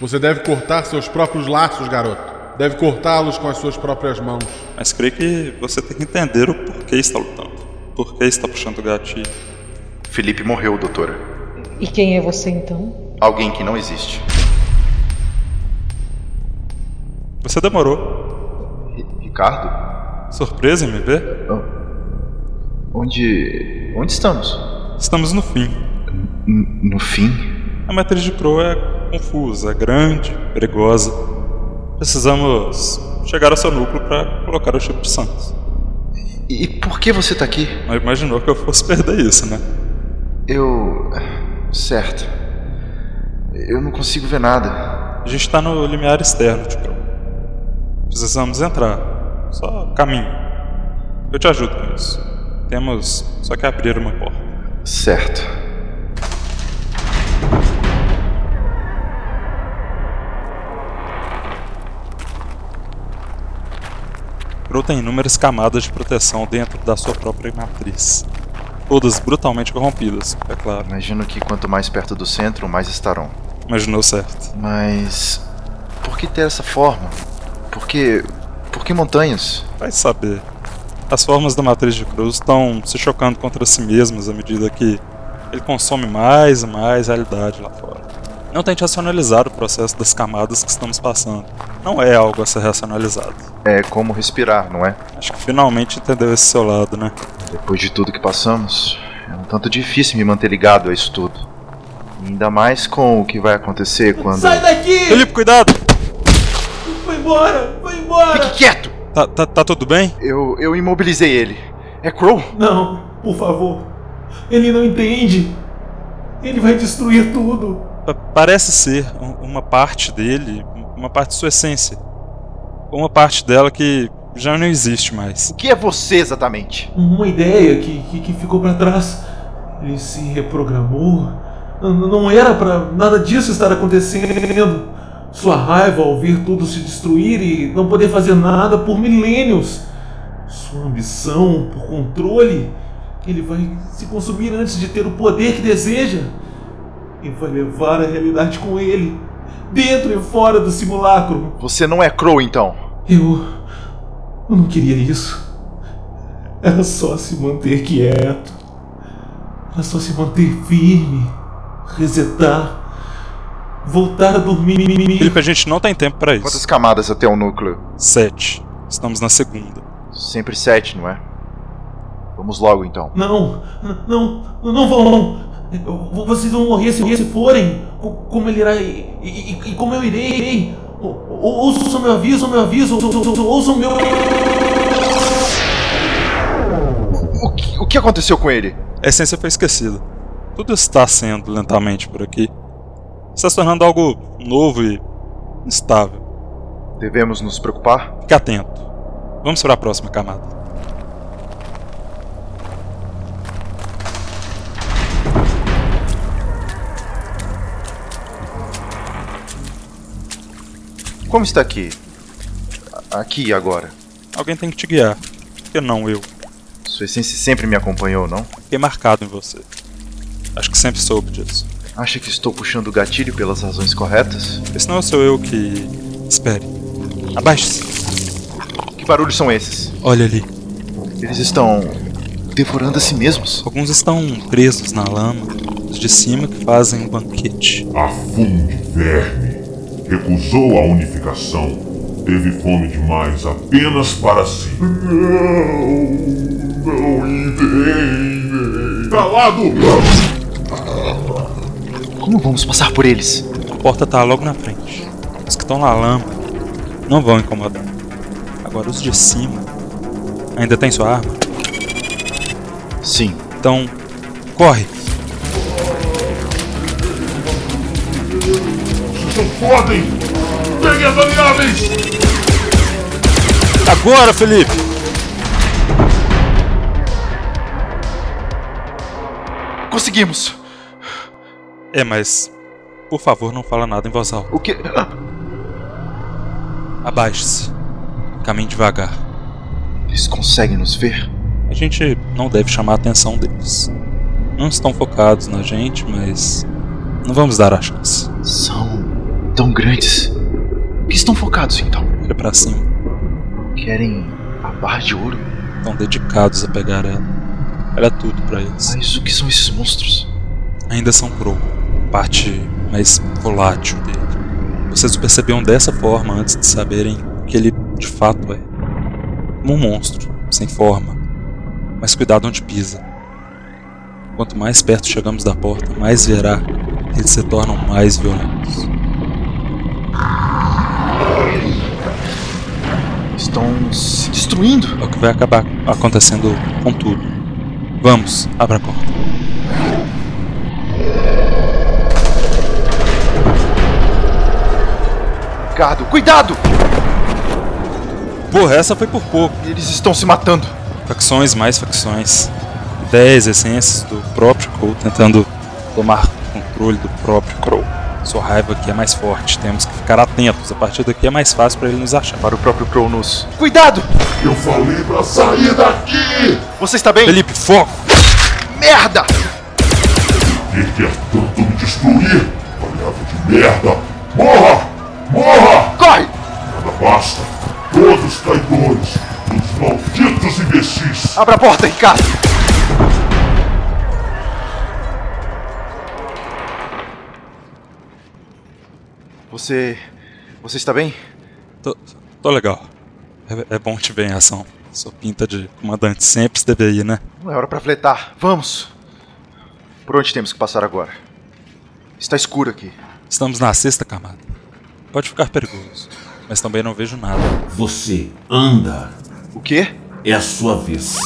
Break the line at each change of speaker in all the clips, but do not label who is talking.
Você deve cortar seus próprios laços, garoto. Deve cortá-los com as suas próprias mãos.
Mas creio que você tem que entender o porquê está lutando. Porquê está puxando o gatilho.
Felipe morreu, doutora.
E quem é você então?
Alguém que não existe.
Você demorou.
Ricardo?
Surpresa em me ver?
Onde. Onde estamos?
Estamos no fim.
N- no fim?
A matriz de proa é confusa, grande, perigosa. Precisamos chegar ao seu núcleo para colocar o chip de Santos.
E e por que você tá aqui?
Não imaginou que eu fosse perder isso, né?
Eu. Certo. Eu não consigo ver nada.
A gente está no limiar externo de proa. Precisamos entrar. Só caminho. Eu te ajudo com isso. Temos só que abrir uma porta.
Certo.
Crow tem inúmeras camadas de proteção dentro da sua própria matriz. Todas brutalmente corrompidas, é claro.
Imagino que quanto mais perto do centro, mais estarão.
Imaginou certo.
Mas. Por que ter essa forma? Por que. Por que montanhas?
Vai saber. As formas da matriz de Cruz estão se chocando contra si mesmas à medida que ele consome mais e mais realidade lá fora. Não tente racionalizar o processo das camadas que estamos passando. Não é algo a ser racionalizado.
É como respirar, não é?
Acho que finalmente entendeu esse seu lado, né?
Depois de tudo que passamos, é um tanto difícil me manter ligado a isso tudo. Ainda mais com o que vai acontecer quando.
Sai daqui!
Felipe, cuidado!
Foi embora! Foi embora!
Fique quieto!
Tá, tá, tá tudo bem?
Eu, eu imobilizei ele. É Crow?
Não, por favor. Ele não entende. Ele vai destruir tudo.
Pa- Parece ser um- uma parte dele, uma parte de sua essência. Uma parte dela que já não existe mais.
O que é você exatamente?
Uma ideia que, que, que ficou pra trás. Ele se reprogramou. N- Não era pra nada disso estar acontecendo. Sua raiva ao ver tudo se destruir e não poder fazer nada por milênios. Sua ambição por controle. Ele vai se consumir antes de ter o poder que deseja. E vai levar a realidade com ele. Dentro e fora do simulacro.
Você não é Crow então?
Eu. Eu não queria isso. Era só se manter quieto. Era só se manter firme. Resetar. Voltar a dormir.
Felipe, a gente não tem tempo pra isso.
Quantas camadas até o núcleo?
Sete. Estamos na segunda.
Sempre sete, não é? Vamos logo então.
Não, n- não, não vão. Eu- Vocês vão morrer se, se forem. Co- Como ele irá. E, e- e como eu irei. O- o- Ouçam meu aviso, meu aviso. ou- ou- Ouçam meu.
O que, o que aconteceu com ele?
A essência foi esquecida. Tudo está sendo lentamente por aqui. Está se tornando algo novo e instável.
Devemos nos preocupar?
Fique atento. Vamos para a próxima camada.
Como está aqui? A- Aqui e agora.
Alguém tem que te guiar. Por que não eu?
Sua essência sempre me acompanhou, não?
Fiquei marcado em você. Acho que sempre soube disso.
Acha que estou puxando o gatilho pelas razões corretas?
Esse não sou eu que. Espere. Abaixe-se.
Que barulhos são esses?
Olha ali.
Eles estão devorando a si mesmos.
Alguns estão presos na lama. Os de cima que fazem um banquete.
Afunde, verme. Recusou a unificação. Teve fome demais apenas para si. Não, não entendem. Calado!
Como vamos passar por eles?
A porta tá logo na frente. Os que estão na lama não vão incomodar. Agora os de cima. Ainda tem sua arma?
Sim.
Então. Corre!
Vocês não podem! Peguem as variáveis!
Agora, Felipe!
Conseguimos!
É, mas. Por favor, não fala nada em voz alta.
O que. Ah,
Abaixe-se. Caminhe devagar.
Eles conseguem nos ver?
A gente não deve chamar a atenção deles. Não estão focados na gente, mas. Não vamos dar a chance.
São. tão grandes. O que estão focados então?
Olha pra cima.
Querem a barra de ouro?
Estão dedicados a pegar ela. Ela é tudo pra eles.
Mas o que são esses monstros?
ainda são pro parte mais volátil dele. Vocês o percebiam dessa forma antes de saberem que ele de fato é como um monstro, sem forma. Mas cuidado onde pisa. Quanto mais perto chegamos da porta, mais verá que eles se tornam mais violentos.
Estão se destruindo.
É o que vai acabar acontecendo com tudo. Vamos, abra a porta.
Ricardo, cuidado!
Porra, essa foi por pouco.
Eles estão se matando.
Facções, mais facções. Dez essências do próprio Crow tentando tomar controle do próprio Crow. Sua raiva aqui é mais forte, temos que ficar atentos. A partir daqui é mais fácil pra ele nos achar.
Para o próprio Cronus. Cuidado!
Eu falei pra sair daqui!
Você está bem?
Felipe, foco!
Merda!
Quem quer tanto me destruir? Palhaço de merda! Morra! Morra!
Corre!
Nada basta! Todos traidores! Os malditos imbecis!
Abra a porta, Ricardo! Você. Você está bem?
Tô, tô legal. É, é bom te ver em ação. Sua pinta de comandante sempre esteve aí, né?
Não é hora para fletar. Vamos! Por onde temos que passar agora? Está escuro aqui.
Estamos na sexta camada. Pode ficar perigoso, mas também não vejo nada.
Você anda.
O quê?
É a sua vez.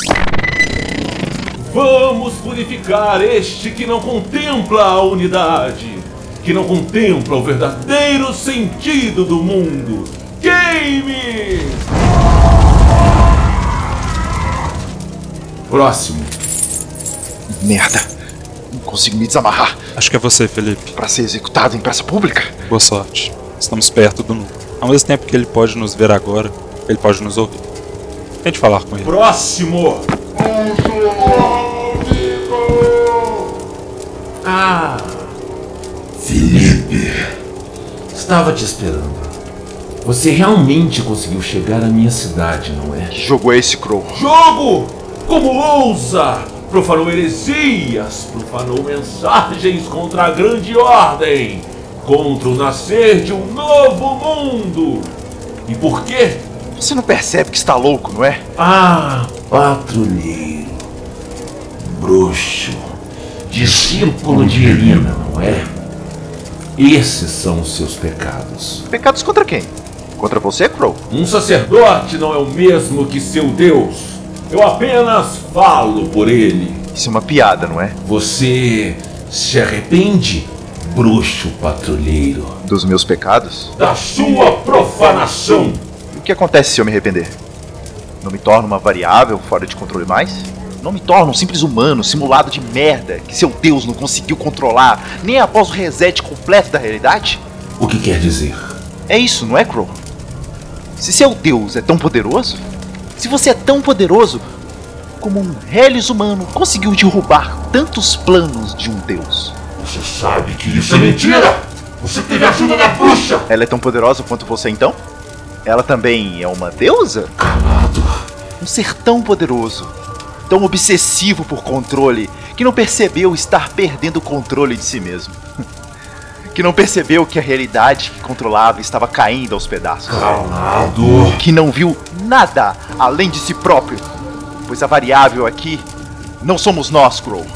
Vamos purificar este que não contempla a unidade, que não contempla o verdadeiro sentido do mundo. Game! Próximo.
Merda! Não consigo me desamarrar
Acho que é você, Felipe.
para ser executado em praça pública.
Boa sorte. Estamos perto do núcleo. Ao mesmo tempo que ele pode nos ver agora, ele pode nos ouvir. Tente falar com ele.
Próximo! Ah,
Felipe,
estava te esperando. Você realmente conseguiu chegar à minha cidade, não é?
Que jogo é esse, Crow?
Jogo! Como ousa! Profanou heresias, profanou mensagens contra a grande ordem, contra o nascer de um novo mundo. E por quê?
Você não percebe que está louco, não é?
Ah, patrulheiro, bruxo, discípulo de Irina, não é? Esses são os seus pecados.
Pecados contra quem? Contra você, Crow?
Um sacerdote não é o mesmo que seu Deus. Eu apenas falo por ele.
Isso é uma piada, não é?
Você se arrepende, bruxo patrulheiro,
Dos meus pecados?
da sua profanação?
E o que acontece se eu me arrepender? Não me torno uma variável fora de controle mais? Não me torno um simples humano simulado de merda que seu Deus não conseguiu controlar nem após o reset completo da realidade?
O que quer dizer?
É isso, não é, Crow? Se seu Deus é tão poderoso, se você é tão poderoso, como um reles humano conseguiu derrubar tantos planos de um Deus?
Você sabe que isso é mentira! Você teve ajuda da bruxa!
Ela é tão poderosa quanto você então? Ela também é uma deusa?
Calado.
Um ser tão poderoso, tão obsessivo por controle, que não percebeu estar perdendo o controle de si mesmo. Que não percebeu que a realidade que controlava estava caindo aos pedaços.
Calado.
Que não viu nada além de si próprio. Pois a variável aqui não somos nós, Crow.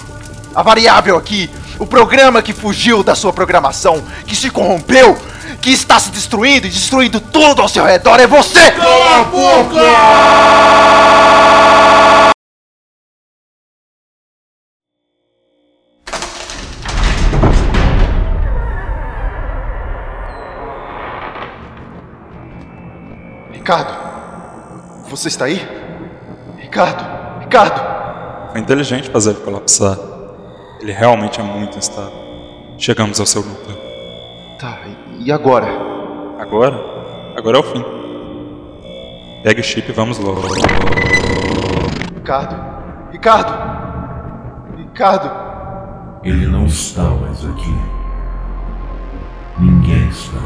A variável aqui, o programa que fugiu da sua programação, que se corrompeu, que está se destruindo e destruindo tudo ao seu redor, é você!
Cala a boca!
Ricardo, você está aí? Ricardo, Ricardo,
Foi É inteligente fazer ele colapsar. Ele realmente é muito instável. Chegamos ao seu núcleo.
tá, e- e agora?
Agora? Agora é o fim. Pegue o chip e vamos logo.
Ricardo, Ricardo, Ricardo,
ele não está mais aqui. Ninguém está.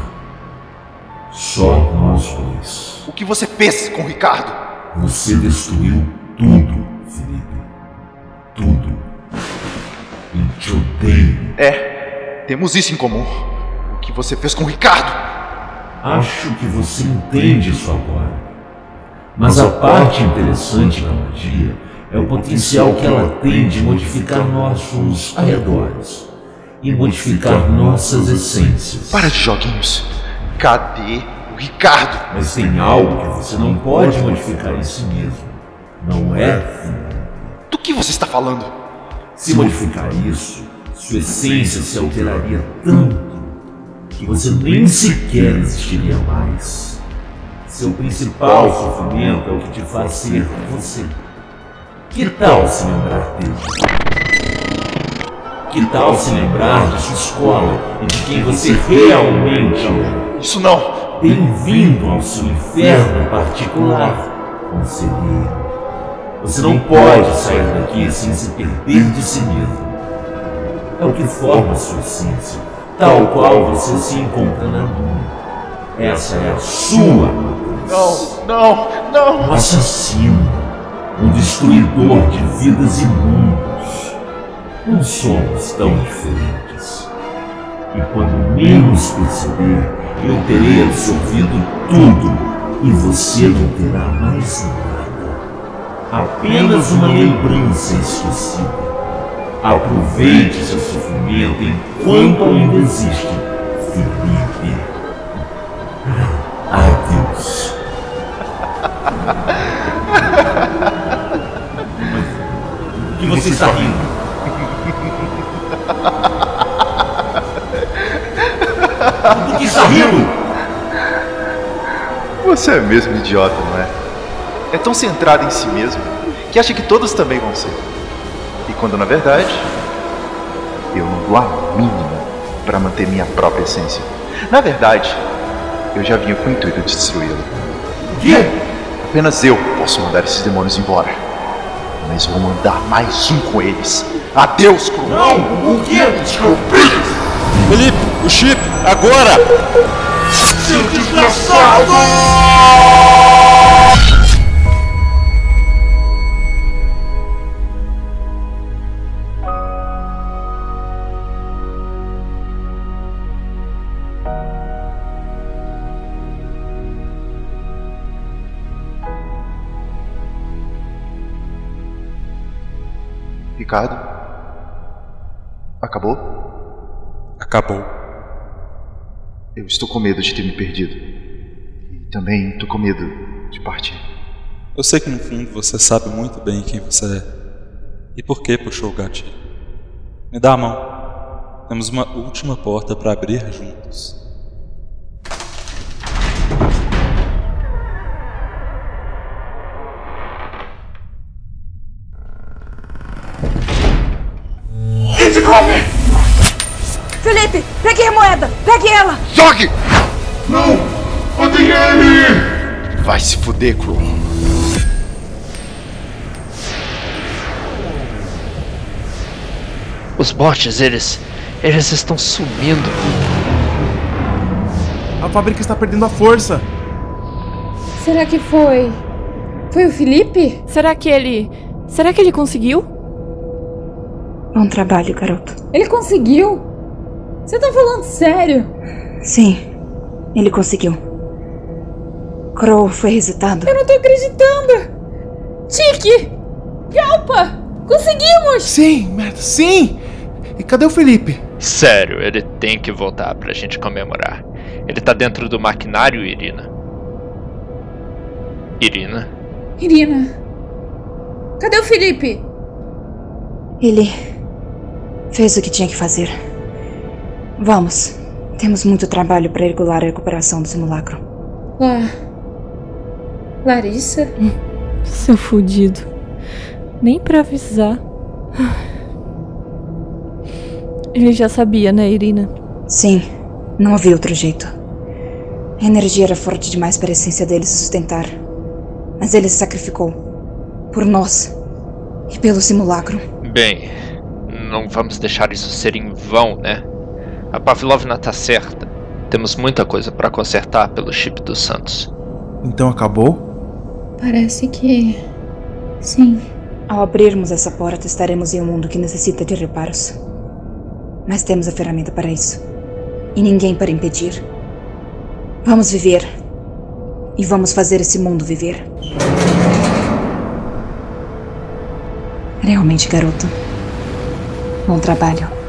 nós dois.
O que você fez com o Ricardo?
Você destruiu tudo, Felipe. Tudo. Eu te odeio.
É, temos isso em comum. O que você fez com o Ricardo?
Acho que você entende isso agora. Mas a parte interessante da magia é o potencial que ela tem de modificar nossos arredores e modificar nossas essências.
Para de joguinhos. Cadê o Ricardo?
Mas tem algo que você não pode modificar em si mesmo. Não é, Felipe.
Do que você está falando?
Se modificar isso, sua essência se alteraria tanto que você nem sequer existiria mais. Seu principal sofrimento é o que te faz ser você. Que tal se lembrar dele? Que tal se lembrar de sua escola e de quem você realmente é?
Isso não!
Bem-vindo ao seu inferno particular, conselheiro. Você não pode sair daqui sem se perder de si mesmo. É o que forma sua essência, tal qual você se encontra na lua. Essa é a sua matriz.
Não, não, não!
Um assassino, um destruidor de vidas e mundos. Não somos tão diferentes. E quando menos perceber, eu terei absorvido tudo e você não terá mais nada. Apenas uma lembrança esquecida. Aproveite seu sofrimento enquanto ainda existe, Felipe. Adeus. O que você está rindo? Do que está rindo?
Você é mesmo idiota, não é? É tão centrado em si mesmo que acha que todos também vão ser. E quando na verdade, eu não dou a mínima para manter minha própria essência. Na verdade, eu já vinha com o intuito de destruí-lo.
O quê?
Apenas eu posso mandar esses demônios embora. Mas vou mandar mais um com eles. Adeus, Krum!
Não, o quê?
Felipe, o chip, agora!
Seu desgraçado!
Ricardo? Acabou?
Acabou.
Eu estou com medo de ter me perdido. E também estou com medo de partir.
Eu sei que no fundo você sabe muito bem quem você é. E por que puxou o gatilho. Me dá a mão. Temos uma última porta para abrir juntos.
Felipe, pegue a moeda! Pegue ela!
Jogue!
Não! Odeio ele!
Vai se fuder, Krum.
Os botes, eles. Eles estão sumindo.
A fábrica está perdendo a força.
Será que foi. Foi o Felipe?
Será que ele. Será que ele conseguiu? Bom É um trabalho, garoto.
Ele conseguiu? Você tá falando sério?
Sim, ele conseguiu. Crow foi resultado.
Eu não tô acreditando! Tiki! Galpa! Conseguimos!
Sim, merda, sim! E cadê o Felipe?
Sério, ele tem que voltar pra gente comemorar. Ele tá dentro do maquinário, Irina. Irina?
Irina! Cadê o Felipe?
Ele fez o que tinha que fazer. Vamos. Temos muito trabalho para regular a recuperação do simulacro.
La... Larissa?
Seu fudido. Nem pra avisar. Ele já sabia, né, Irina? Sim. Não havia outro jeito. A energia era forte demais para a essência dele se sustentar. Mas ele se sacrificou. Por nós. E pelo simulacro.
Bem, não vamos deixar isso ser em vão, né? A Pavlovna tá certa. Temos muita coisa para consertar pelo chip do Santos.
Então acabou?
Parece que. é. Sim. Ao abrirmos essa porta, estaremos em um mundo que necessita de reparos. Mas temos a ferramenta para isso. E ninguém para impedir. Vamos viver. E vamos fazer esse mundo viver. Realmente, garoto. Bom trabalho.